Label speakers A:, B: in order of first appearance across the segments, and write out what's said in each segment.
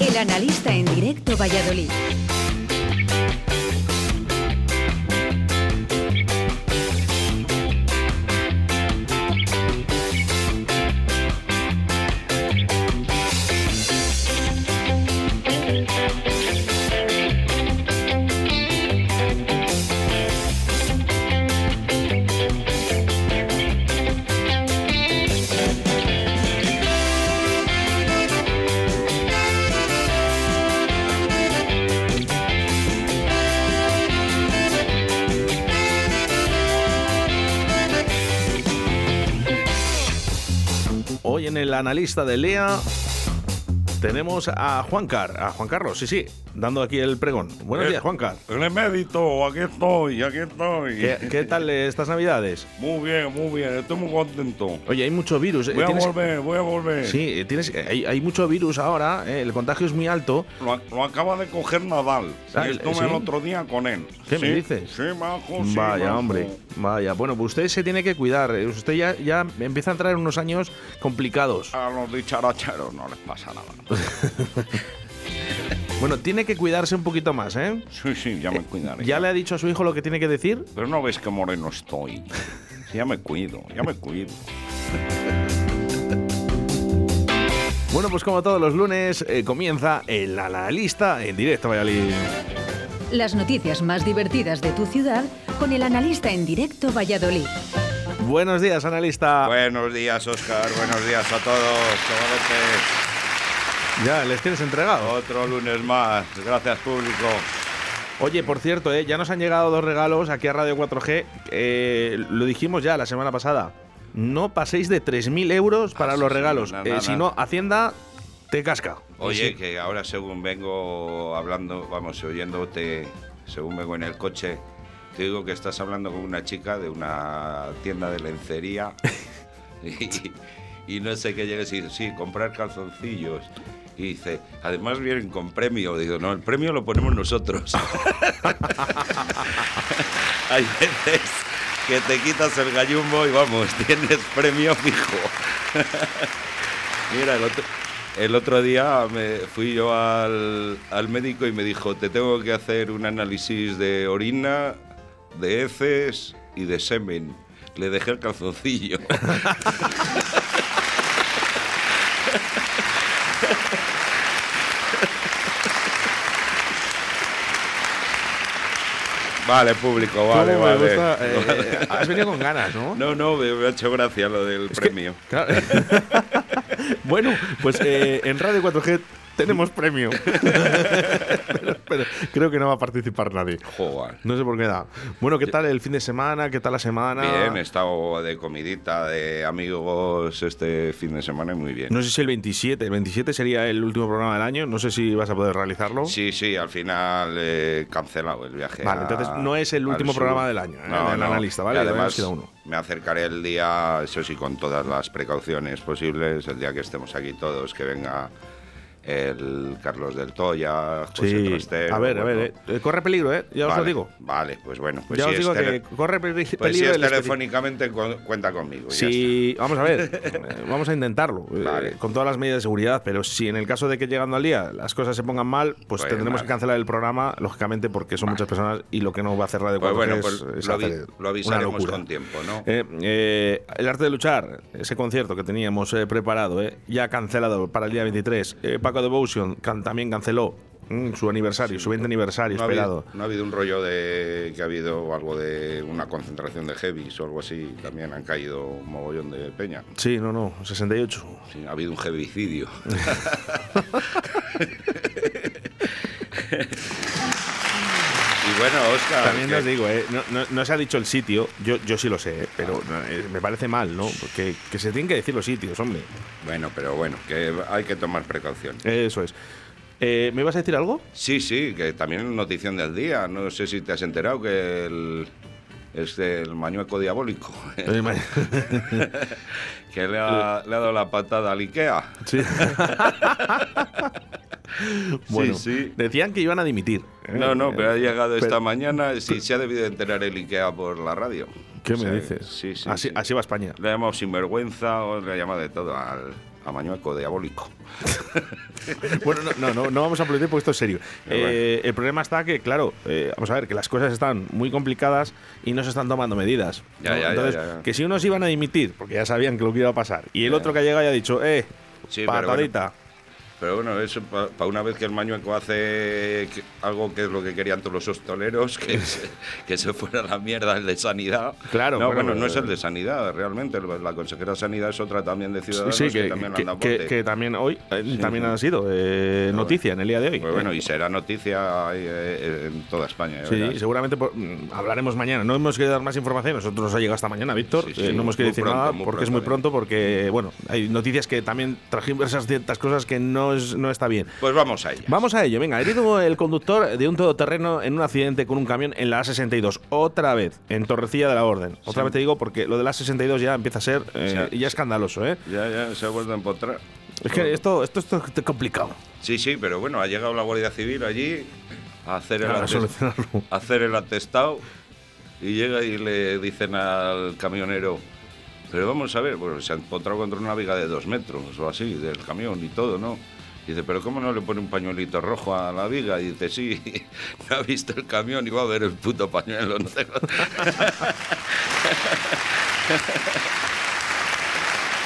A: El analista en directo Valladolid.
B: Hoy en el analista del día tenemos a Juan Car, a Juan Carlos, sí, sí, dando aquí el pregón. Buenos
C: Eh,
B: días, Juan Car.
C: El emérito, aquí estoy, aquí estoy.
B: ¿Qué, qué tal eh, estas navidades?
C: Muy bien, muy bien, estoy muy contento.
B: Oye, hay mucho virus. eh,
C: Voy a
B: tienes-
C: volver, voy a volver.
B: Sí, eh, tienes, eh, hay, hay mucho virus ahora, eh, el contagio es muy alto.
C: Lo, lo acaba de coger Nadal.
B: Ah,
C: y estuve
B: ¿sí?
C: el otro día con él.
B: ¿Qué me
C: Sí,
B: dices?
C: Sí, majo, Oh, sí,
B: Vaya,
C: majo.
B: hombre, vaya. Bueno, pues usted se tiene que cuidar. eh, Usted ya, ya empieza a entrar en unos años complicados.
C: A los dicharacheros no les pasa nada.
B: Bueno, tiene que cuidarse un poquito más, ¿eh?
C: Sí, sí, ya me cuidaré.
B: ¿Ya le ha dicho a su hijo lo que tiene que decir?
C: Pero no ves que moreno estoy. Sí, ya me cuido, ya me cuido.
B: Bueno, pues como todos los lunes, eh, comienza el analista en directo, Valladolid.
A: Las noticias más divertidas de tu ciudad con el analista en directo Valladolid.
B: Buenos días, analista.
D: Buenos días, Oscar. Buenos días a todos, chavaletes.
B: Ya, les tienes entregado.
D: Otro lunes más. Gracias, público.
B: Oye, por cierto, eh, ya nos han llegado dos regalos aquí a Radio 4G. Eh, lo dijimos ya la semana pasada. No paséis de 3.000 euros para
D: Ah, sí,
B: los
D: sí,
B: regalos.
D: na,
B: Eh,
D: na,
B: si
D: na.
B: no, Hacienda te casca.
D: Oye,
B: Sí.
D: que ahora según vengo hablando, vamos, oyéndote, según vengo en el coche, te digo que estás hablando con una chica de una tienda de lencería y, y no sé qué llegues y dices, sí, comprar calzoncillos. Y dice, además vienen con premio. Digo, no, el premio lo ponemos nosotros. Hay veces que te quitas el gallumbo y vamos, tienes premio fijo. Mira, el otro, el otro día me fui yo al, al médico y me dijo, te tengo que hacer un análisis de orina, de heces y de semen. Le dejé el calzoncillo. Vale, público,
B: ¿Cómo
D: vale,
B: me
D: vale.
B: gusta? Eh, eh, has venido con ganas, ¿no?
D: No, no, me, me ha hecho gracia lo del
B: Es que-
D: premio.
B: claro. bueno, pues eh, en Radio 4G tenemos premio. pero, pero creo que no va a participar nadie.
D: Joder.
B: No sé por qué da. Bueno, ¿qué tal el fin de semana? ¿Qué tal la semana?
D: Bien, he estado de comidita, de amigos este fin de semana y muy bien.
B: No sé si el 27. El 27 sería el último programa del año. No sé si vas a poder realizarlo.
D: Sí, sí, al final eh, cancelado el viaje.
B: Vale,
D: a-
B: entonces no es el
D: al
B: último
D: sur.
B: programa del año, ¿eh? del analista, ¿vale?
D: Y
B: Todavía nos
D: además,
B: queda uno.
D: me acercaré el día, eso sí, con todas las precauciones posibles, el día que estemos aquí todos, que venga el Carlos del Toya, José
B: Sí.
D: Trastero,
B: A ver, a
D: pues bueno.
B: ver. eh, Corre peligro, ¿eh? Ya os lo
D: Vale,
B: digo.
D: Vale, pues bueno. Pues
B: ya
D: si
B: os digo
D: es
B: que
D: tele-
B: corre peli- peligro.
D: Pues si es
B: el especi-
D: telefónicamente, cu- cuenta conmigo. pues ya está.
B: Si, vamos a ver, eh, vamos a intentarlo eh,
D: Vale.
B: con todas las medidas de seguridad, pero si en el caso de que llegando al día las cosas se pongan mal, pues
D: Pues
B: tendremos
D: vale.
B: que cancelar el programa, lógicamente, porque son muchas personas y lo que nos va a hacer Radio
D: Pues
B: 4G
D: bueno,
B: es-
D: pues
B: es
D: lo avi-
B: hacer
D: lo
B: una
D: avisaremos
B: locura.
D: con tiempo, ¿no?
B: Eh, eh, el arte de luchar, ese concierto que teníamos eh, preparado, eh, ya cancelado para el día 23. Eh, Paco Devotion can- también canceló mm, su aniversario, su 20 aniversario
D: No ha,
B: esperado.
D: habido, no ha habido un rollo de que ha habido algo de una concentración de heavies o algo así. También han caído un mogollón de peña.
B: Sí, no, no, 68.
D: Sí, ha habido un heavicidio. y bueno, Oscar.
B: También
D: que-
B: os digo, eh, no, no- no se ha dicho el sitio, yo, yo sí lo sé, eh, pero eh, me parece mal, ¿no? Porque que se tienen que decir los sitios, hombre.
D: Bueno, pero bueno, que hay que tomar precaución.
B: Eso es. Eh, ¿Me ibas a decir algo?
D: Sí, sí, que también notición del día. No sé si te has enterado que el. Es el mañueco diabólico, que le ha, le ha dado la patada al Ikea.
B: Sí. bueno,
D: sí.
B: decían que iban a dimitir. eh.
D: No, no, pero ha llegado
B: Pero-
D: esta mañana. Sí, se ha debido enterar el IKEA por la radio.
B: ¿Qué me
D: O sea,
B: dices?
D: Sí, sí.
B: así,
D: sí.
B: así va España.
D: Le ha llamado sinvergüenza, o le ha llamado de todo al, amañueco diabólico.
B: Bueno, no, no, no, no vamos a aplaudir porque esto es serio. Eh, el problema está que, claro, eh, vamos a ver, que las cosas están muy complicadas y no se están tomando medidas.
D: Ya,
B: ¿no?
D: ya, ya,
B: Entonces,
D: ya, ya.
B: que si unos iban a dimitir, porque ya sabían que lo que iba a pasar, y el otro que ha llegado ya ha dicho, eh,
D: Sí, pero
B: patadita.
D: Pero bueno, eso para una vez que el mañueco hace que- algo que es lo que querían todos los hosteleros, que se, que se fuera a la mierda el de sanidad.
B: Claro,
D: no,
B: bueno,
D: bueno, no
B: eh,
D: es el de sanidad, realmente. La consejera de sanidad es otra también de Ciudadanos
B: sí, sí,
D: que,
B: que,
D: también
B: que-
D: anda
B: que-
D: bote.
B: que también hoy eh, también ha sido eh, noticia en el día de hoy.
D: Pues bueno, y será noticia ahí, eh, en toda España. ya
B: Sí,
D: verás.
B: seguramente por- mm, hablaremos mañana. No hemos querido dar más información, nosotros nos ha llegado hasta mañana, Víctor.
D: Sí, sí,
B: Eh, no hemos querido
D: muy
B: decir
D: pronto,
B: nada
D: muy
B: porque es muy
D: pronto,
B: pronto, porque, bueno, hay noticias que también transgiversas ciertas cosas que no, es- no está bien.
D: Pues vamos a ella.
B: Vamos a ello, venga, herido el conductor de un todoterreno en un accidente con un camión en la A62, otra vez, en Torrecilla de la Orden. Otra vez te digo porque lo de la A62 ya empieza a ser, eh,
D: Sí.
B: ya escandaloso, ¿eh?
D: Ya, ya, se ha vuelto a empotrar.
B: Es que esto, esto, esto es complicado.
D: Sí, sí, pero bueno, ha llegado la Guardia Civil allí a hacer el,
B: A
D: ates-
B: solucionarlo.
D: a hacer el atestado y llega y le dicen al camionero, pero vamos a ver, bueno, se ha encontrado contra una viga de dos metros o así, del camión y todo, ¿no? Dice, pero ¿cómo no le pone un pañuelito rojo a la viga? Y dice, sí, no ha visto el camión y va a ver el puto pañuelo. ¿no?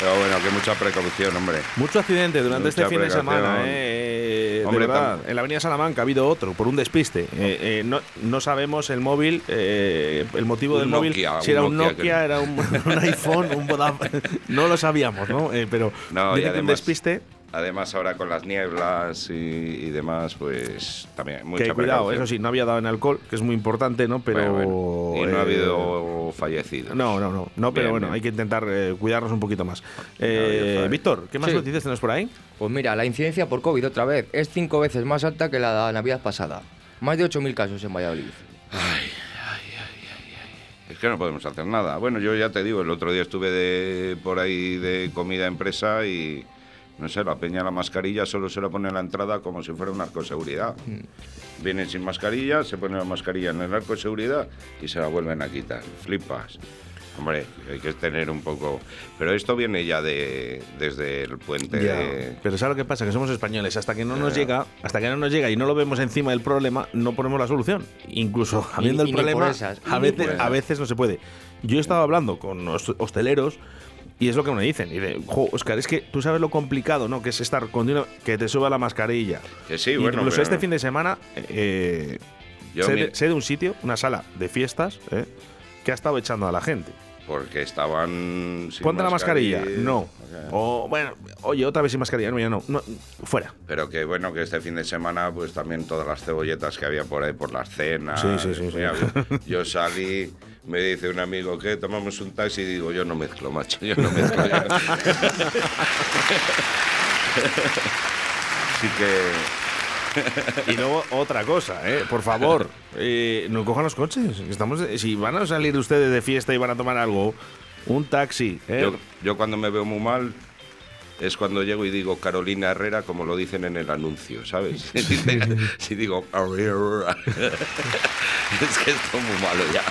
D: Pero bueno, que mucha precaución, hombre.
B: Mucho accidente durante
D: Mucha
B: este fin de
D: precaución.
B: semana, ¿eh? Eh, de
D: Hombre,
B: verdad,
D: tam-
B: en la avenida Salamanca ha habido otro por un despiste. Eh, eh, no, no sabemos el móvil, eh, el motivo
D: Un
B: del
D: Nokia,
B: móvil. Si
D: un
B: era un
D: Nokia,
B: Nokia,
D: creo.
B: era un, un iPhone, un Vodafone. No lo sabíamos, ¿no? Eh, pero
D: No, y
B: dice que un
D: además-
B: despiste.
D: Además, ahora con las nieblas y, y demás, pues también mucha
B: que cuidado,
D: precaución.
B: eso sí, no había dado en alcohol, que es muy importante, ¿no? Pero.
D: Bueno, bueno. Y no ha
B: eh,
D: habido fallecidos.
B: No, no, no, no, pero
D: Bien,
B: bueno,
D: bien.
B: hay que intentar eh, cuidarnos un poquito más. Eh,
D: Javier.
B: Víctor, ¿qué más
E: Sí.
B: noticias tenemos por ahí?
E: Pues mira, la incidencia por COVID otra vez es cinco veces más alta que la de Navidad pasada. Más de 8.000 casos en Valladolid.
D: Es que no podemos hacer nada. Bueno, yo ya te digo, el otro día estuve de- por ahí de comida empresa y. No sé, la peña la mascarilla solo se la pone en la entrada como si fuera un arco de seguridad.
B: Mm.
D: Vienen sin mascarilla, se pone la mascarilla en el arco de seguridad y se la vuelven a quitar. Flipas. Hombre, hay que tener un poco... Pero esto viene ya de, desde el puente
B: Ya,
D: de...
B: Eh, Pero ¿sabes lo que pasa? Que somos españoles. Hasta que no nos llega, hasta que no nos llega y no lo vemos encima del problema, no ponemos la solución. Incluso habiendo el
E: y ni por
B: problema,
E: esas, y
B: a
E: ni
B: veces,
E: por
B: a veces no se puede. Yo he estado hablando con los hosteleros y es lo que me dicen. Y de, jo, Oscar, es que tú sabes lo complicado, ¿no? Que es estar continuo, que te suba la mascarilla.
D: Que sí,
B: Y
D: bueno,
B: Incluso
D: pero-
B: este fin de semana eh,
D: Yo
B: sé,
D: mi-
B: de, sé de un sitio, una sala de fiestas, eh, que ha estado echando a la gente.
D: Porque estaban. sin
B: Ponte la mascarilla. No.
D: Ok.
B: O bueno, oye, otra vez sin mascarilla. No, ya no. no fuera.
D: Pero que bueno, que este fin de semana, pues también todas las cebolletas que había por ahí, por las cenas.
B: Sí, sí, sí, sí.
D: Mira, Yo salí, me dice un amigo, ¿qué? Tomamos un taxi y digo, yo no mezclo, macho, yo no mezclo. yo no". Así que.
B: Y luego otra cosa, ¿eh? por favor, eh, no cojan los coches. Estamos, si van a salir ustedes de fiesta y van a tomar algo, un taxi. ¿eh?
D: Yo, yo cuando me veo muy mal. Es cuando llego y digo Carolina Herrera, como lo dicen en el anuncio, ¿sabes? si digo. Herrera. es que estoy muy malo ya.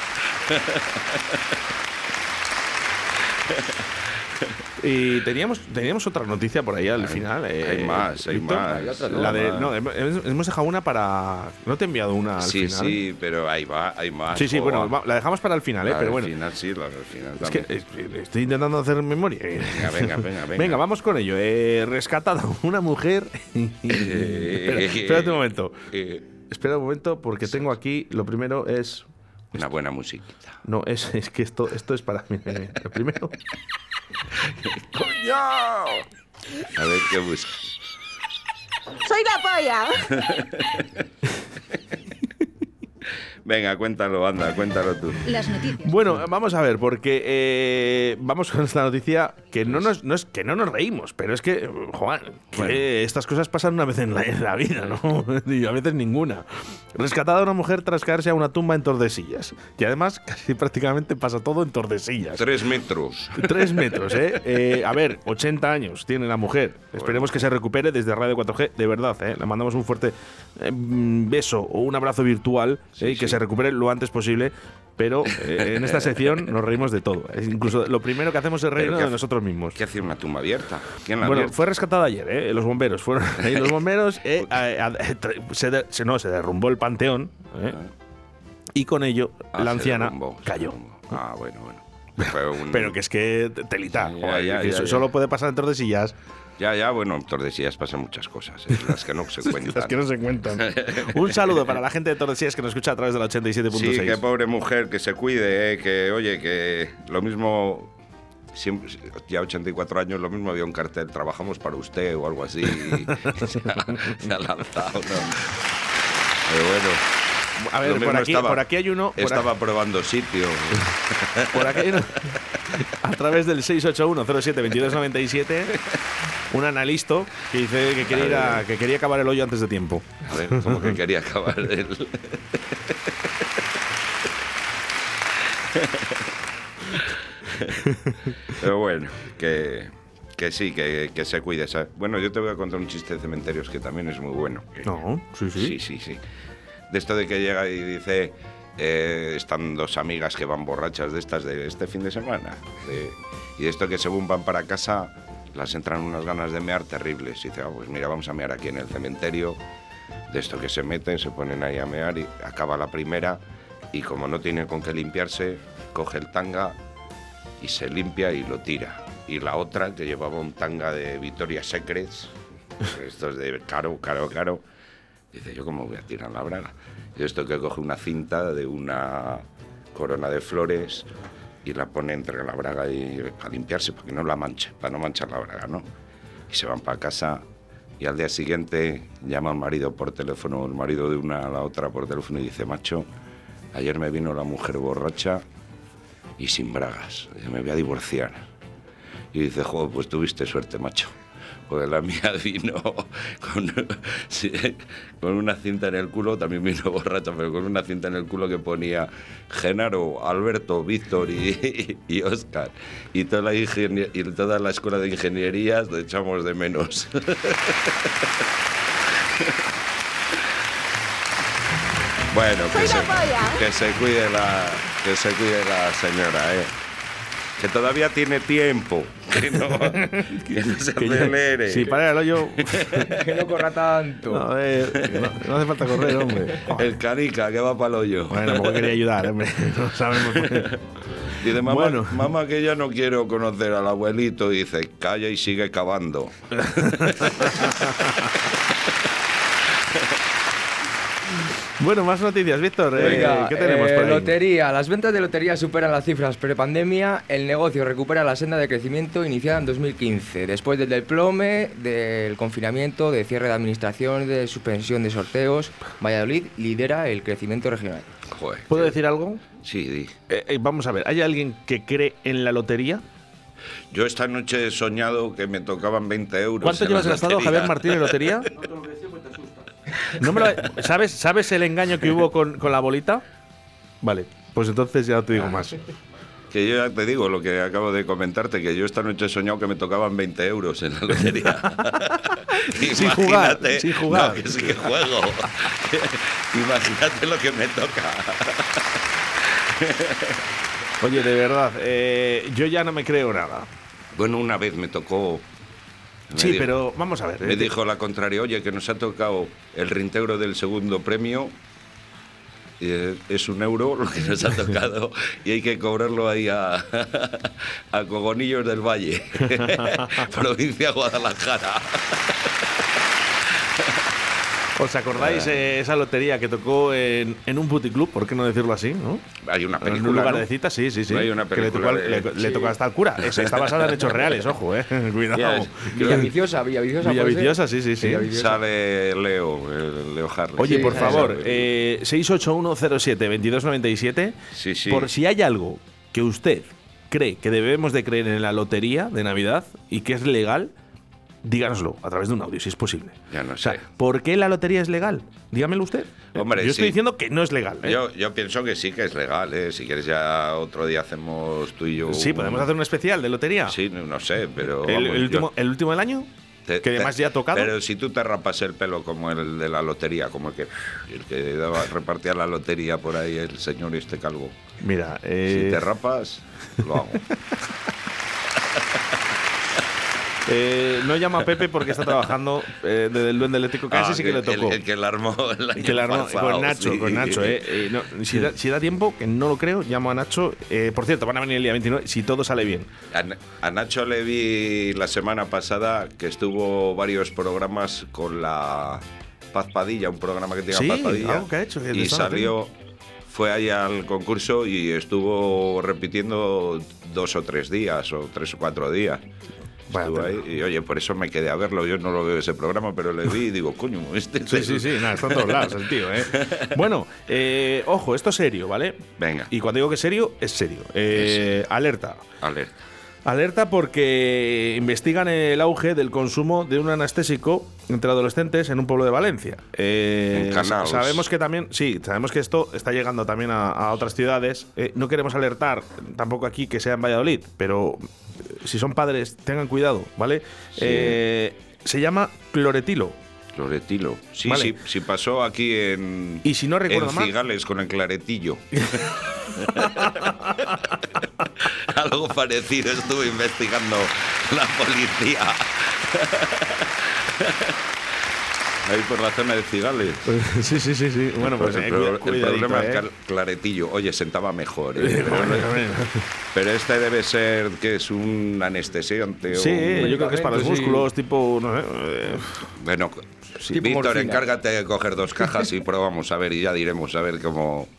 B: Y teníamos, teníamos otra noticia por ahí al final. eh,
D: hay más, hay
B: Víctor.
D: más.
E: Hay otra, ¿no?
B: La de,
D: Hay
B: no,
D: más.
B: hemos hemos dejado una para. ¿No te he enviado una al
D: sí,
B: final?
D: sí, pero ahí va, hay más.
B: sí, sí, bueno, va- la dejamos para el final, ¿eh?
D: La
B: pero
D: del
B: bueno.
D: final sí, la del final
B: Es que
D: también.
B: eh, estoy intentando hacer memoria.
D: Venga, venga, venga, venga.
B: Venga, vamos con ello. Eh, rescatada una mujer. espera, espérate un momento.
D: Eh,
B: Espera un momento, porque tengo aquí. Lo primero es.
D: una buena musiquita.
B: No, es, es que esto, esto es para mí. mira, mira, Lo primero.
D: ¡Coño! A ver qué buscas.
F: Soy la polla.
D: Venga, cuéntalo, anda, cuéntalo tú.
A: Las noticias.
B: Bueno, vamos a ver, porque eh, vamos con esta noticia que no nos, no es, que no nos reímos, pero es que, Juan, que estas cosas pasan una vez en la, en la vida, ¿no? Y a veces ninguna. Rescatada una mujer tras caerse a una tumba en Tordesillas. Y además, casi prácticamente pasa todo en Tordesillas.
D: Tres metros.
B: Tres metros, ¿eh? Eh, A ver, 80 años tiene la mujer. Esperemos que se recupere desde Radio 4G, de verdad, ¿eh? Le mandamos un fuerte eh, mm, beso o un abrazo virtual, ¿eh? y que
D: sí,
B: se se recupere lo antes posible. Pero eh, en esta sección nos reímos de todo. Es incluso lo primero que hacemos es reírnos
D: qué
B: de
D: hace-
B: nosotros mismos.
D: ¿Qué hace una tumba abierta? ¿Quién la
B: Bueno,
D: abierta?
B: fue rescatada ayer, ¿eh? Los bomberos fueron ahí los bomberos. eh, a- a- tra- se, de- se- no, se derrumbó el panteón. ¿eh? Y con ello,
D: Ah, se
B: la anciana
D: derrumbó, se
B: cayó.
D: derrumbó. Ah, bueno, bueno. Fue un-
B: Pero que es que telita,
D: Sí,
B: joder,
D: ya, ya,
B: que
D: ya,
B: eso
D: ya.
B: solo puede pasar dentro de sillas,
D: Ya, ya, bueno, en Tordesillas pasan muchas cosas, eh, las que no se cuentan.
B: las que no se cuentan. Un saludo para la gente de Tordesillas que nos escucha a través de la
D: Sí, qué
B: 87.6.
D: pobre mujer, que se cuide, eh, que oye, que lo mismo, siempre- ya 84 años, lo mismo había un cartel, trabajamos para usted o algo así, y se, ha, se ha lanzado, ¿no? Pero bueno,
B: a
D: lo
B: ver, por
D: mismo
B: aquí,
D: estaba-
B: por aquí hay uno. Por,
D: estaba probando sitio.
B: por aquí hay uno. A través del 681-07-2297, un analista que dice que quería, ir a- que quería acabar el hoyo antes de tiempo.
D: A ver, como que quería acabar el... Pero bueno, que, que sí, que, que se cuide. ¿sabes? Bueno, yo te voy a contar un chiste de cementerios que también es muy bueno.
B: No, sí, sí.
D: Sí, sí, sí. De esto de que llega y dice, eh, están dos amigas que van borrachas de estas de este fin de semana. de- y de esto que según van para casa, las entran unas ganas de mear terribles. Y dice, ah, pues mira, vamos a mear aquí en el cementerio. De esto que se meten, se ponen ahí a mear y acaba la primera. Y como no tiene con qué limpiarse, coge el tanga y se limpia y lo tira. Y la otra, que llevaba un tanga de Victoria Secrets, estos de caro, caro, caro, Dice, ¿yo cómo voy a tirar la braga? Y esto que coge una cinta de una corona de flores y la pone entre la braga y a limpiarse para que no la manche, para no manchar la braga, ¿no? Y se van para casa y al día siguiente llama al marido por teléfono, el marido de una a la otra por teléfono y dice, macho, ayer me vino la mujer borracha y sin bragas, y me voy a divorciar. Y dice, joder, pues tuviste suerte, macho. Porque la mía vino con, sí, con una cinta en el culo, también vino borracha, pero con una cinta en el culo que ponía Genaro, Alberto, Víctor y, y Oscar. Y toda, la ingenie- y toda la escuela de ingenierías lo echamos de menos. bueno, que
F: Soy
D: se,
F: la polla.
D: que se cuide la, que se cuide la señora, ¿eh? Que todavía tiene tiempo. Que no, que no se
B: Que ya-
D: acelere.
B: si para el hoyo,
E: Que no corra tanto.
B: No, eh, no, no hace falta correr, hombre.
D: El canica que va para el hoyo.
B: Bueno, tampoco quería ayudar, hombre. No sabemos.
D: Dice, mamá,
B: bueno.
D: mamá, que ya no quiero conocer al abuelito. Y dice, calla y sigue cavando.
B: Bueno, más noticias, Víctor. eh,
E: Venga,
B: ¿Qué tenemos
E: eh,
B: por ahí?
E: Lotería. Las ventas de lotería superan las cifras prepandemia. El negocio recupera la senda de crecimiento iniciada en 2015, después del desplome, del confinamiento, de cierre de administración, de suspensión de sorteos. Valladolid lidera el crecimiento regional.
D: Joder.
B: ¿Puedo decir algo?
D: Sí, di.
B: Eh, eh, vamos a ver, ¿hay alguien que cree en la lotería?
D: Yo esta noche he soñado que me tocaban 20 euros.
B: ¿Cuánto
D: en la
B: llevas gastado,
D: lotería.
B: Javier Martín, en lotería? No me lo- ¿Sabes, ¿Sabes el engaño que hubo con, con la bolita? Vale, pues entonces ya no te digo más.
D: Que yo ya te digo lo que acabo de comentarte, que yo esta noche he soñado que me tocaban 20 euros en la lotería.
B: Sin jugar,
D: Imagínate-
B: sin jugar.
D: No, que sí que juego. Imagínate lo que me toca.
B: Oye, de verdad, eh, yo ya no me creo nada.
D: Bueno, una vez me tocó... me
B: Sí,
D: dijo-
B: pero vamos a ver.
D: Me
B: eh,
D: dijo la contraria, oye, que nos ha tocado el reintegro del segundo premio. eh, es un euro lo que nos ha tocado y hay que cobrarlo ahí a, a Cogonillos del Valle, provincia de Guadalajara.
B: ¿Os acordáis eh, esa lotería que tocó en, en un puticlub? ¿Por qué no decirlo así? ¿no?
D: Hay una
B: En
D: película.
B: un lugar
D: ¿no?
B: de citas, sí, sí, sí.
D: No hay una
B: Que
D: película
B: le tocó, al-
D: de-
B: le- le tocó hasta el cura. Esa está basada en hechos reales, ojo, eh. Cuidado.
D: Yes.
E: Villaviciosa, Villaviciosa. puede ser.
B: Villaviciosa, sí, sí, sí.
E: Villaviciosa.
D: Sale Leo, el Leo Harris.
B: Oye,
E: Sí,
B: por
E: sí,
B: favor,
D: sí.
B: eh, 68107-2297,
D: Sí, sí.
B: por si hay algo que usted cree que debemos de creer en la lotería de Navidad y que es legal, díganoslo a través de un audio, si es posible.
D: Ya no
B: O sea,
D: sé.
B: ¿por qué la lotería es legal? Dígamelo usted.
D: Hombre,
B: Yo estoy
D: sí.
B: diciendo que no es legal. ¿eh?
D: Yo, yo pienso que sí que es legal, ¿eh? Si quieres ya otro día hacemos tú y yo...
B: Sí, podemos hacer un especial de lotería.
D: Sí, no, no sé, pero...
B: ¿El,
D: vamos,
B: el
D: yo-
B: último, ¿El último del año?
D: Te-
B: que además
D: te-
B: ya ha tocado.
D: Pero si tú te rapas el pelo como el de la lotería, como el que, el que daba- repartía la lotería por ahí, el señor este calvo.
B: Mira,
D: Si
B: eh,
D: te rapas, lo hago.
B: eh, no llama a Pepe porque está trabajando eh, desde el duende eléctrico. Casi
D: Ah,
B: sí que le tocó.
D: El, el que la armó el año
B: Que la armó-
D: pasado,
B: con Nacho,
D: sí.
B: con Nacho, eh. Eh, no, si, da, si da tiempo, que no lo creo, llamo a Nacho. Eh, por cierto, van a venir el día 29, si todo sale bien.
D: A, Na- a Nacho le vi la semana pasada que estuvo varios programas con la Paz Padilla, un programa que tiene
B: Sí,
D: Paz Padilla.
B: algo que ha hecho, que te
D: y
B: estaba
D: salió, fue ahí al concurso y estuvo repitiendo dos o tres días, o tres o cuatro días.
B: Vaya
D: Estuvo
B: tela.
D: ahí, y oye, por eso me quedé a verlo. Yo no lo veo ese programa, pero le vi y digo, coño, este.
B: Sí, sí, sí, nada, está en todos lados el tío, ¿eh? Bueno, eh, ojo, esto es serio, ¿vale?
D: Venga.
B: Y cuando digo que es serio, es serio. Eh, Alerta.
D: Alerta.
B: Alerta porque investigan el auge del consumo de un anestésico entre adolescentes en un pueblo de Valencia. Eh,
D: En Canals.
B: Sabemos que también, sí, sabemos que esto está llegando también a, a otras ciudades. Eh, no queremos alertar tampoco aquí que sea en Valladolid, pero eh, si son padres, tengan cuidado, ¿vale? Eh, se llama cloretilo.
D: Cloretilo. Sí,
B: Vale.
D: sí, sí pasó aquí en.
B: Y si no recuerdo
D: en
B: mal-
D: Cigales con el claretillo. Algo parecido estuvo investigando la policía. Ahí por la zona de Cigales.
B: sí, sí, sí, sí. Bueno, pues
D: el,
B: eh,
D: pro-
B: cuida-
D: el
B: cuidadito,
D: problema
B: ¿eh?
D: es cal- claretillo. Oye, sentaba mejor. ¿eh? Pero, pero este debe ser que es un anestesiante. o
B: Sí,
D: un-
B: yo creo que es para los
E: medicamento, sí.
B: músculos, tipo. No sé, eh,
D: Bueno, sí,
E: Tipo
D: Víctor,
E: morfina.
D: encárgate de coger dos cajas y probamos a ver y ya diremos a ver cómo.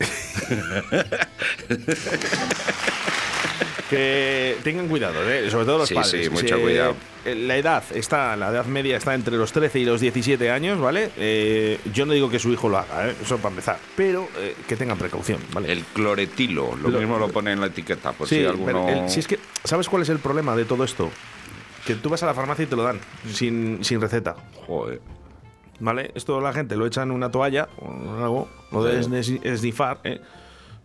B: Que tengan cuidado, ¿eh? sobre todo los
D: Sí,
B: padres.
D: sí,
B: Si,
D: mucho
B: eh,
D: cuidado.
B: La edad está, la edad media está entre los 13 y los 17 años, ¿vale? Eh, yo no digo que su hijo lo haga, ¿eh? eso para empezar, pero eh, que tengan precaución, ¿vale?
D: El cloretilo, lo,
B: Lo-
D: mismo lo pone en la etiqueta, por si
B: pero
D: alguno.
B: el- si es que, ¿sabes cuál es el problema de todo esto? Que tú vas a la farmacia y te lo dan sin, sin receta,
D: Joder.
B: ¿vale? Esto la gente lo echa en una toalla o en algo, lo de esne- esnifar, ¿eh?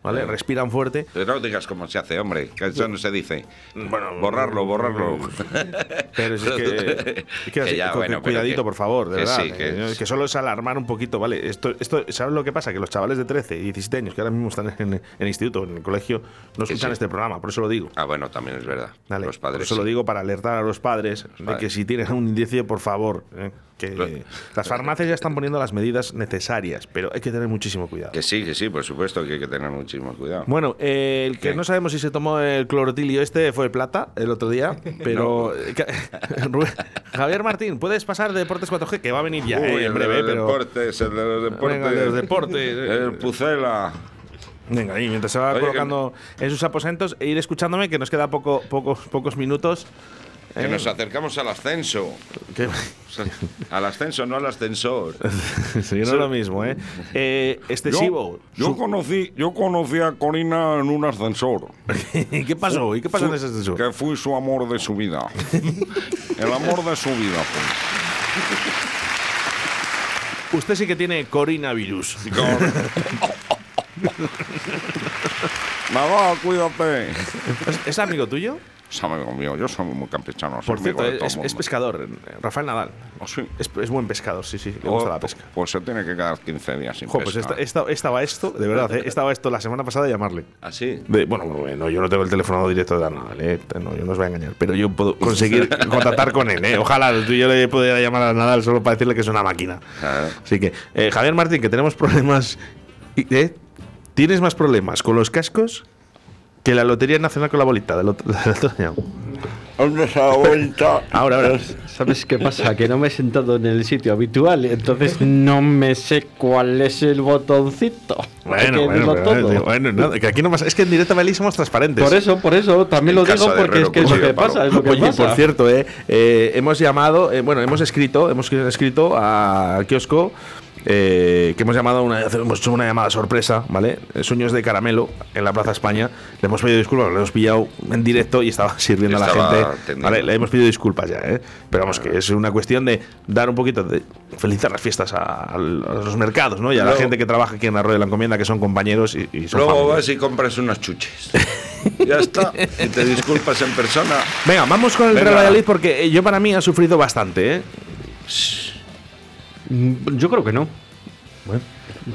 B: ¿Vale? Respiran fuerte.
D: Pero no digas cómo se hace, hombre, que eso no se dice.
B: Bueno,
D: borrarlo, borrarlo.
B: Pero si es que, es que así,
D: ya,
B: cu-
D: bueno, pero
B: cuidadito,
D: que-
B: por favor, de
D: que
B: verdad.
D: sí, que
B: eh,
D: es-
B: que solo es alarmar un poquito, ¿vale? Esto, esto, ¿Sabes lo que pasa? Que los chavales de 13 y 17 años que ahora mismo están en, en el instituto, en el colegio, no escuchan
D: sí.
B: este programa, por eso lo digo.
D: Ah, bueno, también es verdad.
B: Dale,
D: Los padres.
B: por eso lo
D: sí.
B: digo para alertar a los padres de
D: padres.
B: que si tienen un indicio, por favor, eh,
D: Lo-
B: que las farmacias ya están poniendo las medidas necesarias, pero hay que tener muchísimo cuidado.
D: Que sí, que sí, por supuesto que hay que tener muchísimo cuidado.
B: Bueno, eh, el que
D: ¿Qué?
B: no sabemos si se tomó el clorotilio este fue plata el otro día, pero eh, Ca- Rubén- Javier Martín, puedes pasar de Deportes 4G que va a venir ya
D: Uy,
B: eh,
D: el
B: en breve,
D: de los
B: pero
D: deportes, el de los deportes.
B: Venga, el de los deportes.
D: El Pucela.
B: venga, ahí mientras se va
D: Eh. Oye, que
B: colocando en sus aposentos e ir escuchándome que nos queda poco pocos pocos minutos.
D: Que
B: eh,
D: nos acercamos al ascenso.
B: que-
D: Al ascenso, no al ascensor.
B: sí, no es lo mismo, ¿eh? Eh, excesivo. Su-
G: conocí, yo conocí a Corina en un ascensor.
B: ¿Y qué pasó? ¿Y qué pasó en ese ascensor?
G: Que fui su amor de su vida. El amor de su vida pues. fui.
B: Usted sí que tiene coronavirus.
G: Nada, cuídate.
B: ¿Es- ¿Es amigo tuyo?
G: Es amigo mío, yo soy muy campechano. soy
B: Por
G: amigo
B: cierto,
G: de todo
B: es,
G: el
B: es
G: mundo.
B: pescador, Rafael Nadal.
G: Ah, sí.
B: Es, es buen pescador, sí, sí.
D: Oh,
B: Le gusta la pesca.
G: Pues se tiene que quedar 15 días sin
B: Jo, pues
G: pesca.
B: esta- esta- estaba esto, de verdad, ¿eh? estaba esto la semana pasada de llamarle.
D: Así.
B: De- bueno, bueno, yo no tengo el teléfono directo de Nadal, ¿eh? no, yo no os voy a engañar, pero yo puedo conseguir contactar con él. ¿eh? Ojalá tú y yo le pudiera llamar a Nadal solo para decirle que es una máquina.
D: Claro.
B: Así que, eh, Javier Martín, que tenemos problemas. y- ¿eh? ¿Tienes más problemas con los cascos que la Lotería Nacional con la bolita del otro, del otro año?
H: Vamos a la vuelta.
B: Ahora, ahora.
I: ¿Sabes qué pasa? Que no me he sentado en el sitio habitual, entonces no me sé cuál es el botoncito. Hay
B: Bueno,
I: que
B: bueno,
I: verlo
B: pero,
I: todo.
B: eh, bueno, nada, que aquí no pasa. Es que en directo Valladolid somos transparentes.
I: Por eso, por eso, también
D: En
I: lo digo
D: casa de
I: porque es que es lo
D: Herrero,
I: que
D: Pablo.
I: pasa, es lo que
B: Oye,
I: pasa.
B: por cierto, eh, eh, hemos llamado, eh, bueno, hemos escrito, hemos escrito a- al kiosco eh, que hemos llamado, una, hemos hecho una llamada sorpresa, ¿vale? Eh, Sueños de caramelo en la Plaza España. Le hemos pedido disculpas, lo hemos pillado en directo y estaba sirviendo a
D: Estaba
B: la gente.
D: atendiendo.
B: ¿vale? Le hemos pedido disculpas ya, ¿eh? Pero vamos, que es una cuestión de dar un poquito de felicitar las fiestas a, a los mercados, ¿no? Y a la
D: Luego-
B: gente que trabaja aquí en Arroyo de la Encomienda, que son compañeros y, y son
D: Luego
B: familia.
D: vas y compras unos chuches. Ya está. Y te disculpas en persona.
B: Venga, vamos con el
D: Venga.
B: Real Valladolid porque eh, yo para mí ha sufrido bastante, ¿eh?
I: Mm, Yo creo que no.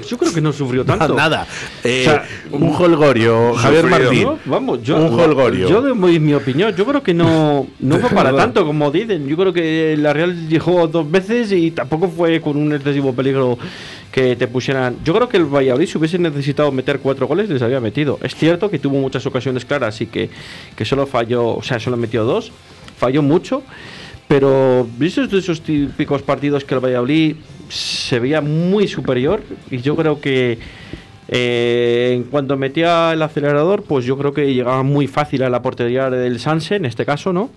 I: Yo creo que no sufrió tanto.
B: Nada. Eh,
I: O sea,
B: un holgorio, Javier Martín.
I: No, vamos, yo,
B: Un jolgorio.
I: Yo de mi, mi opinión, yo creo que no, no fue para tanto como dicen. Yo creo que la Real llegó dos veces y tampoco fue con un excesivo peligro que te pusieran. Yo creo que el Valladolid si hubiese necesitado meter cuatro goles les había metido. Es cierto que tuvo muchas ocasiones claras y que, que solo falló, o sea, solo metió dos, falló mucho. Pero vistos de esos típicos partidos que el Valladolid se veía muy superior y yo creo que eh, en cuanto metía el acelerador, pues yo creo que llegaba muy fácil a la portería del Sanse, en este caso, ¿no?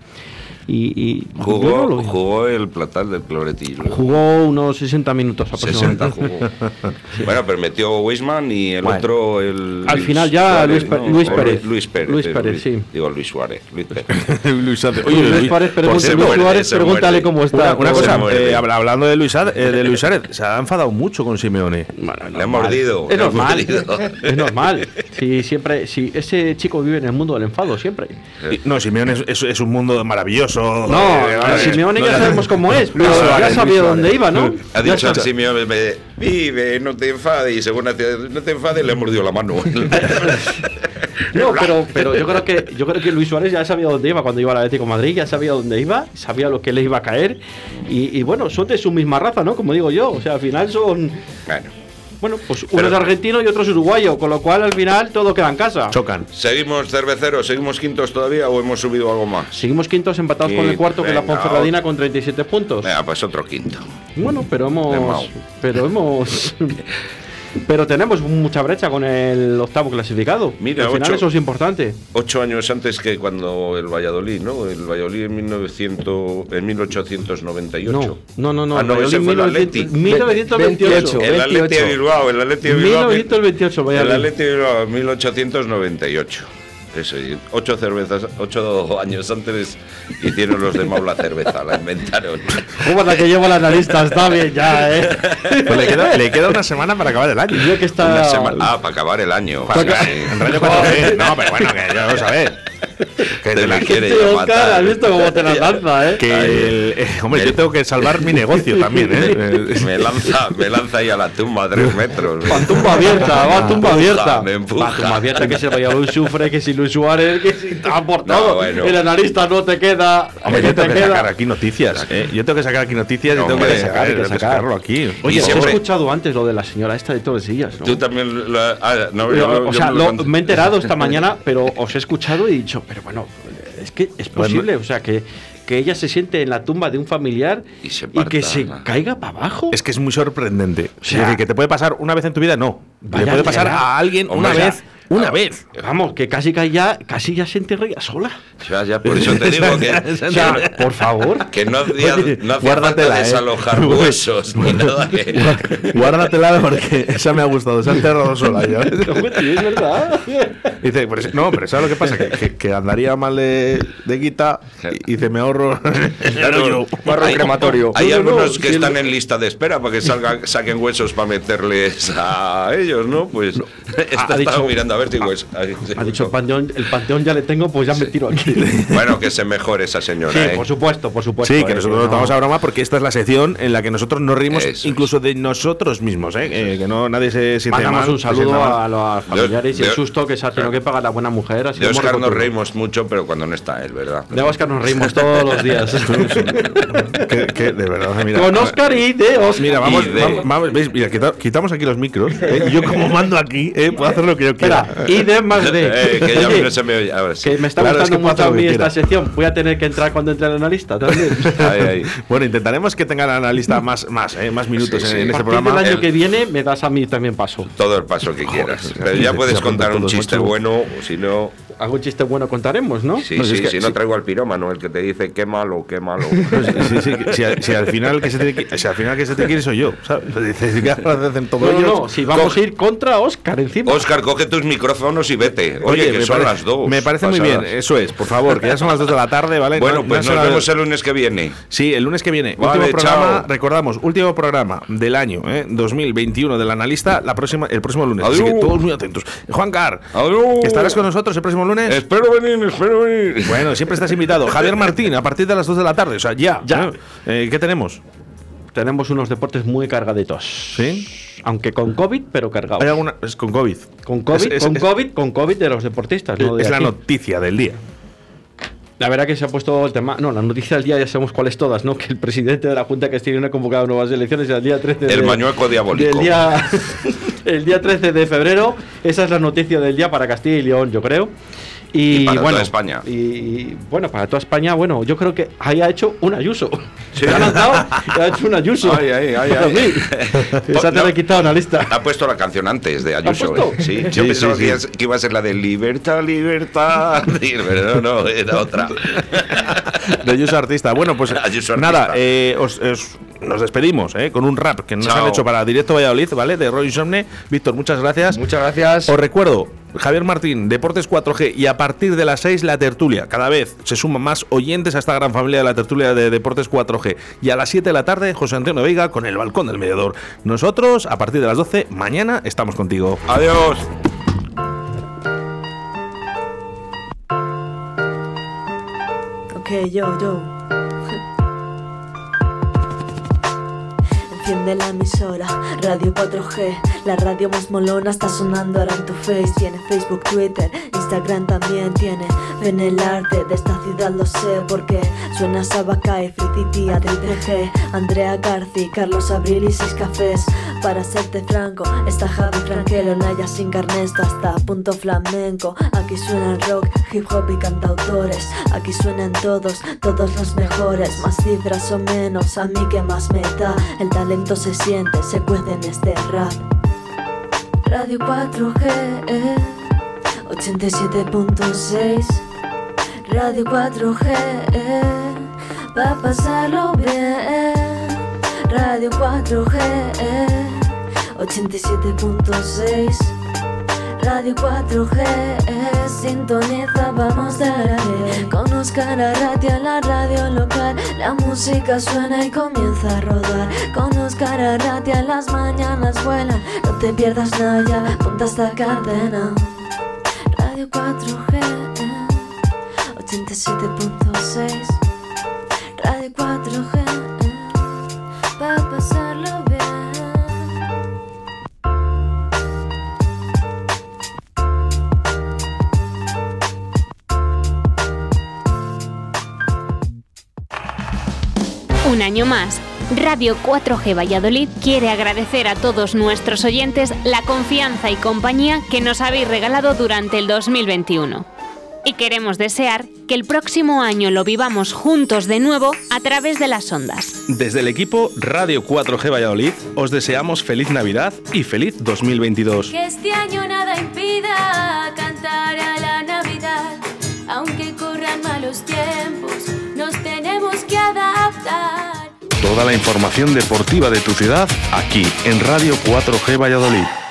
I: Y, y yo no
D: Jugó,
I: lo vi.
D: jugó el platal del cloretillo.
I: Jugó unos 60 minutos aproximadamente.
D: 60 jugó. Bueno, pero metió Wisman y el
I: Bueno.
D: otro el
I: Al final ya Luis Pe- Luis
D: O
I: Pérez.
D: Luis Pérez.
I: Luis
D: eh,
I: Pérez, sí.
D: Digo Luis Suárez. Luis Pérez.
B: Luis Arce.
I: Luis Suárez,
B: por
I: pregunta-
B: cierto,
I: Luis
D: muerde,
I: Suárez,
D: se
I: pregúntale
D: muerde.
I: cómo está.
B: Una, una
I: ¿no?
B: cosa,
D: muerde.
B: eh, habla- hablando de Luis, Ar- eh, de Luis Suárez, se ha enfadado mucho con Simeone.
D: Le ha mordido.
I: Es
D: le ha
I: normal,
D: mordido.
I: es normal. Si siempre, si ese chico vive en el mundo del enfado siempre.
B: Y- No, Simeone es, es- es un mundo maravilloso.
I: No,
B: Eh,
I: a
B: vale.
I: Simeone
B: No,
I: ya
B: ya-
I: sabemos cómo es, pero
B: Luis
I: ya
B: Suárez,
I: sabía
B: Luis
I: dónde iba, ¿no?
D: Ha
I: Ya
D: dicho al
I: está.
D: Simeone, me- vive, no te enfades. Y según la tía, no te enfades, le ha mordido la mano.
I: No, pero, pero yo creo que yo creo que Luis Suárez ya sabía dónde iba cuando iba al Atlético de Madrid, ya sabía dónde iba, sabía lo que le iba a caer y, y bueno, son de su misma raza, ¿no? Como digo yo, o sea, al final son
D: bueno,
I: bueno, pues uno
D: Pero-
I: es argentino y otro es uruguayo, con lo cual al final todo queda en casa.
B: Chocan.
D: ¿seguimos cerveceros? ¿Seguimos quintos todavía o hemos subido algo más?
I: Seguimos quintos empatados con el
D: Sí,
I: cuarto que la
D: venga,
I: Ponferradina con 37 puntos.
D: Venga, pues otro quinto.
I: Bueno, pero
D: De Mau.
I: hemos pero hemos pero tenemos mucha brecha con el octavo clasificado.
D: Mira,
I: al final
D: ocho.
I: eso es importante.
D: Ocho años antes que cuando el Valladolid, ¿no? El Valladolid en, 1900, en 1898.
I: No, no, no, no.
D: Ah, no,
I: Valladolid
D: ese fue el
I: 1900
D: Atleti.
I: 1928.
D: El Atleti de
E: 28.
D: Bilbao, el Atleti de Bilbao.
I: 1928,
D: El
I: Valladolid.
D: Atleti de Bilbao, 1898. Eso, y ocho cervezas, ocho años antes hicieron los de Mau la cerveza, la inventaron.
I: Como la que llevo la analista, está bien ya, eh.
B: Pues le, queda, le queda una semana para acabar el año.
I: Yo que está.
D: Una semana- Ah, para acabar el año. Vale.
B: En Radio 4G. No, pero bueno, que ya lo sabes. Que
D: Te
B: te la-
D: la
I: Este
D: quiere ya
I: Oscar,
D: matar.
I: has visto cómo te la lanza, eh.
B: que el- eh, hombre, yo tengo que salvar mi negocio también, ¿eh?
D: Me lanza, me lanza ahí a la tumba a tres metros.
I: Va tumba abierta, va tumba abierta.
D: me empuja.
I: Va tumba abierta, que si el Valladolid sufre, que si Luis Suárez, que si te han
D: No,
I: portado.
D: bueno.
I: El analista no te queda.
B: Hombre,
I: que
B: yo
I: te
B: tengo que
I: queda.
B: sacar aquí noticias. ¿eh? Yo tengo que sacar aquí noticias
D: No,
B: y tengo que
D: hombre,
B: sacar,
I: hay que
B: tengo que
I: sacar.
B: sacarlo aquí.
I: Oye,
D: Y
I: ¿has
D: siempre-
I: escuchado antes lo de la señora esta de Tordesillas, no?
D: Tú también. la- ah, no, yo-
I: Pero,
D: yo
I: o sea,
D: me lo
I: lo-
D: conté.
I: me he enterado esta mañana, pero os he escuchado y he dicho, pero bueno, es que es posible, o sea, que, que ella se siente en la tumba de un familiar
D: Y
I: y,
D: se parta,
I: que se
D: ¿no?
I: caiga para abajo.
B: Es que es muy sorprendente.
I: O sea-
B: es decir, que te puede pasar una vez en tu vida, no. Le
I: Vaya
B: puede pasar
I: mierda.
B: a alguien
D: Hombre,
B: una
D: ya.
B: vez. Una vez.
I: Vamos, que casi que ya, casi ya se enterraría sola.
D: Ya, ya, por eso te digo que.
I: O sea, por favor.
D: Que no hacía,
B: Oye,
D: no hacía
B: guárdatela,
D: falta
B: ¿eh?
D: desalojar huesos ni nada que.
B: Guárdatela porque esa me ha gustado. Se ha enterrado sola ya.
I: Es verdad.
B: Dice, pero es- no, pero ¿sabes lo que pasa? Que, que- que andaría mal de, de guita y, y dice, me ahorro.
D: Claro.
E: Barro crematorio.
D: Hay
I: No, no, no,
D: algunos que
I: si el-
D: están en lista de espera para que salga, saquen huesos para meterles a ellos, ¿no? Pues
I: ha
D: esta estaba
I: dicho-
D: mirando a ver, digo, es-
I: Ha dicho el panteón, el panteón ya le tengo, pues ya me tiro aquí.
D: Bueno, que se mejore esa señora.
I: Sí,
D: ¿eh?
I: por supuesto, por supuesto.
B: Sí,
I: eh,
B: que nosotros
I: no.
B: nos vamos a broma porque esta es la sección en la que nosotros nos rimos
D: Eso
B: incluso de nosotros mismos, ¿eh? Eh, que no nadie se siente
I: Mandamos
B: mal,
I: un
B: se sienta
I: saludo
B: mal.
I: a los familiares y el
D: de-
I: susto que se ha tenido que pagar la buena mujer. Así
D: De
I: hemos
D: Oscar nos
I: reconstruido.
D: reímos mucho, pero cuando no está él, ¿verdad?
I: De Oscar nos reímos todos los días.
B: Que- que, de verdad, mira.
I: Con Oscar y de Oscar.
B: Mira, vamos,
D: Y de-
B: vamos, vamos, veis, mira, quita- quitamos aquí los micros. ¿eh? Y Yo como mando aquí, ¿eh? puedo hacer lo que yo quiera.
I: Espera, y de más de.
D: Eh, que ya
I: Oye,
D: no se me oye. Ahora sí.
I: que me está
B: Claro, es que
I: gustando
B: puedo
I: mucho
B: hacer
I: a
B: lo
I: mí
B: que
I: esta
B: quiera. Este
I: sección. Voy a tener que entrar cuando entre el analista también.
D: Ahí, ahí.
B: Bueno, intentaremos que tenga la analista más, más, ¿eh? más minutos
D: Sí,
B: en,
D: sí.
B: en este
I: A partir del
B: programa.
I: año
D: el-
I: que viene me das a mí también paso.
D: Todo el paso que quieras.
B: Joder,
D: Pero ya
B: se
D: puedes
B: apuntan
D: contar un
B: todos,
D: chiste
B: macho.
D: bueno, o si no.
I: Algún chiste bueno contaremos, ¿no?
D: Sí,
B: No, si
D: sí,
B: es que-
D: si no
B: si-
D: traigo al pirómano, el que te dice qué malo, qué malo.
B: Pues, Sí, sí, sí, que si, al- si al final que se te, qui- si al final que se te quiere soy yo, ¿sabes? Dices, ¿qué hacen
I: No,
B: todos
I: no,
B: ellos?
I: no, si vamos a ir contra Oscar encima.
D: Oscar, coge tus micrófonos y vete. Oye, que
B: me
D: son
B: pare-
D: las dos.
B: Me parece muy
D: pasadas.
B: bien, eso es, por favor, que ya son las 2 de la tarde, ¿vale?
D: Bueno,
B: No-
D: pues
B: no
D: nos
B: será-
D: vemos el lunes que viene.
B: Sí, el lunes que viene.
D: Vale,
B: último programa,
D: chao.
B: recordamos, último programa del año ¿eh? 2021 del analista, la próxima, el próximo lunes. Así que
D: Adiós.
B: todos muy atentos. Juan Car,
D: Adiós.
B: ¿estarás con nosotros el próximo lunes?
D: Espero venir, espero venir.
B: Bueno, siempre estás invitado. Javier Martín, a partir de las 2 de la tarde, o sea, ya.
I: Ya.
B: ¿eh? Eh, ¿Qué tenemos?
I: Tenemos unos deportes muy cargaditos.
B: ¿Sí?
I: Aunque con COVID, pero cargados.
B: ¿Hay alguna? Es con COVID.
I: Con COVID,
B: Es- es-
I: con
B: es-
I: COVID, con COVID de los deportistas. no de
B: es la
I: aquí.
B: noticia del día.
I: La verdad que se ha puesto el tema. No, la noticia del día ya sabemos cuáles todas, ¿no? Que el presidente de la Junta Castellana ha convocado nuevas elecciones el día
B: Pues,
I: 13 de
D: El mañueco diabólico.
I: del día, el día 13 de febrero. Esa es la noticia del día para Castilla y León, yo creo. Y,
D: Y para toda
I: bueno,
D: España.
I: Y, y, bueno, para toda España, bueno, yo creo que ahí ha hecho un ayuso. Se lo ha lanzado y ha hecho un ayuso.
D: Ay, ay, ay,
I: Para
D: ay.
I: mí. Esa te la he
D: No.
I: quitado una lista.
D: Ha puesto la canción antes de Ayuso.
I: puesto?
D: ¿eh? Sí,
B: Sí,
D: yo pensaba
B: sí,
D: que
B: sí.
D: iba a ser- que iba a ser la de Libertad, Libertad. Pero no, no, era otra.
B: De Ayuso Artista. Bueno, pues
D: Ayuso
B: nada,
D: Artista.
B: eh, os- os- nos despedimos eh, con un rap que nos
D: Chao.
B: han hecho para Directo Valladolid, ¿vale? De Roy Somne. Víctor, muchas gracias.
E: Muchas gracias.
B: Os recuerdo, Javier Martín, Deportes 4G y a partir de las 6 la tertulia. Cada vez se suman más oyentes a esta gran familia de la tertulia de Deportes 4G. Y a las 7 de la tarde, José Antonio Veiga con el balcón del mediador. Nosotros, a partir de las 12, mañana estamos contigo.
D: Adiós.
F: Ok, yo, yo. Enciende la emisora, Radio 4G, la radio más molona está sonando ahora en tu face. Tiene Facebook, Twitter, Instagram también tiene. Ven el arte de esta ciudad, lo sé, porque suena Sabacae, Free Titi, Adri 3G, Andrea Garci, Carlos Abril y Seis Cafés. Para serte franco, está Javi Franquelo, Naya sin carnet, hasta punto flamenco. Aquí suena el rock, hip hop y cantautores. Aquí suenan todos, todos los mejores. Más cifras o menos, a mí que más me da. El talento se siente, se cuece en este rap. Radio 4G, eh, 87.6. Radio 4G, eh, pa' pasarlo bien. Radio 4G, eh, 87.6. Radio 4G, eh, sintoniza, vamos a darle. Con Oscar Arratia, la radio local, la música suena y comienza a rodar. Con Oscar Arratia, las mañanas vuelan, no te pierdas nada, ya, punta esta cadena. Radio 4G, eh, 87.6. Radio 4G, va a pasarlo bien.
J: Un año más, Radio 4G Valladolid quiere agradecer a todos nuestros oyentes la confianza y compañía que nos habéis regalado durante el 2021. Y queremos desear que el próximo año lo vivamos juntos de nuevo a través de las ondas.
B: Desde el equipo Radio 4G Valladolid, os deseamos feliz Navidad y feliz 2022.
F: Que este año nada impida cantar a la Navidad. Aunque corran malos tiempos, nos tenemos que adaptar.
B: Toda la información deportiva de tu ciudad aquí en Radio 4G Valladolid.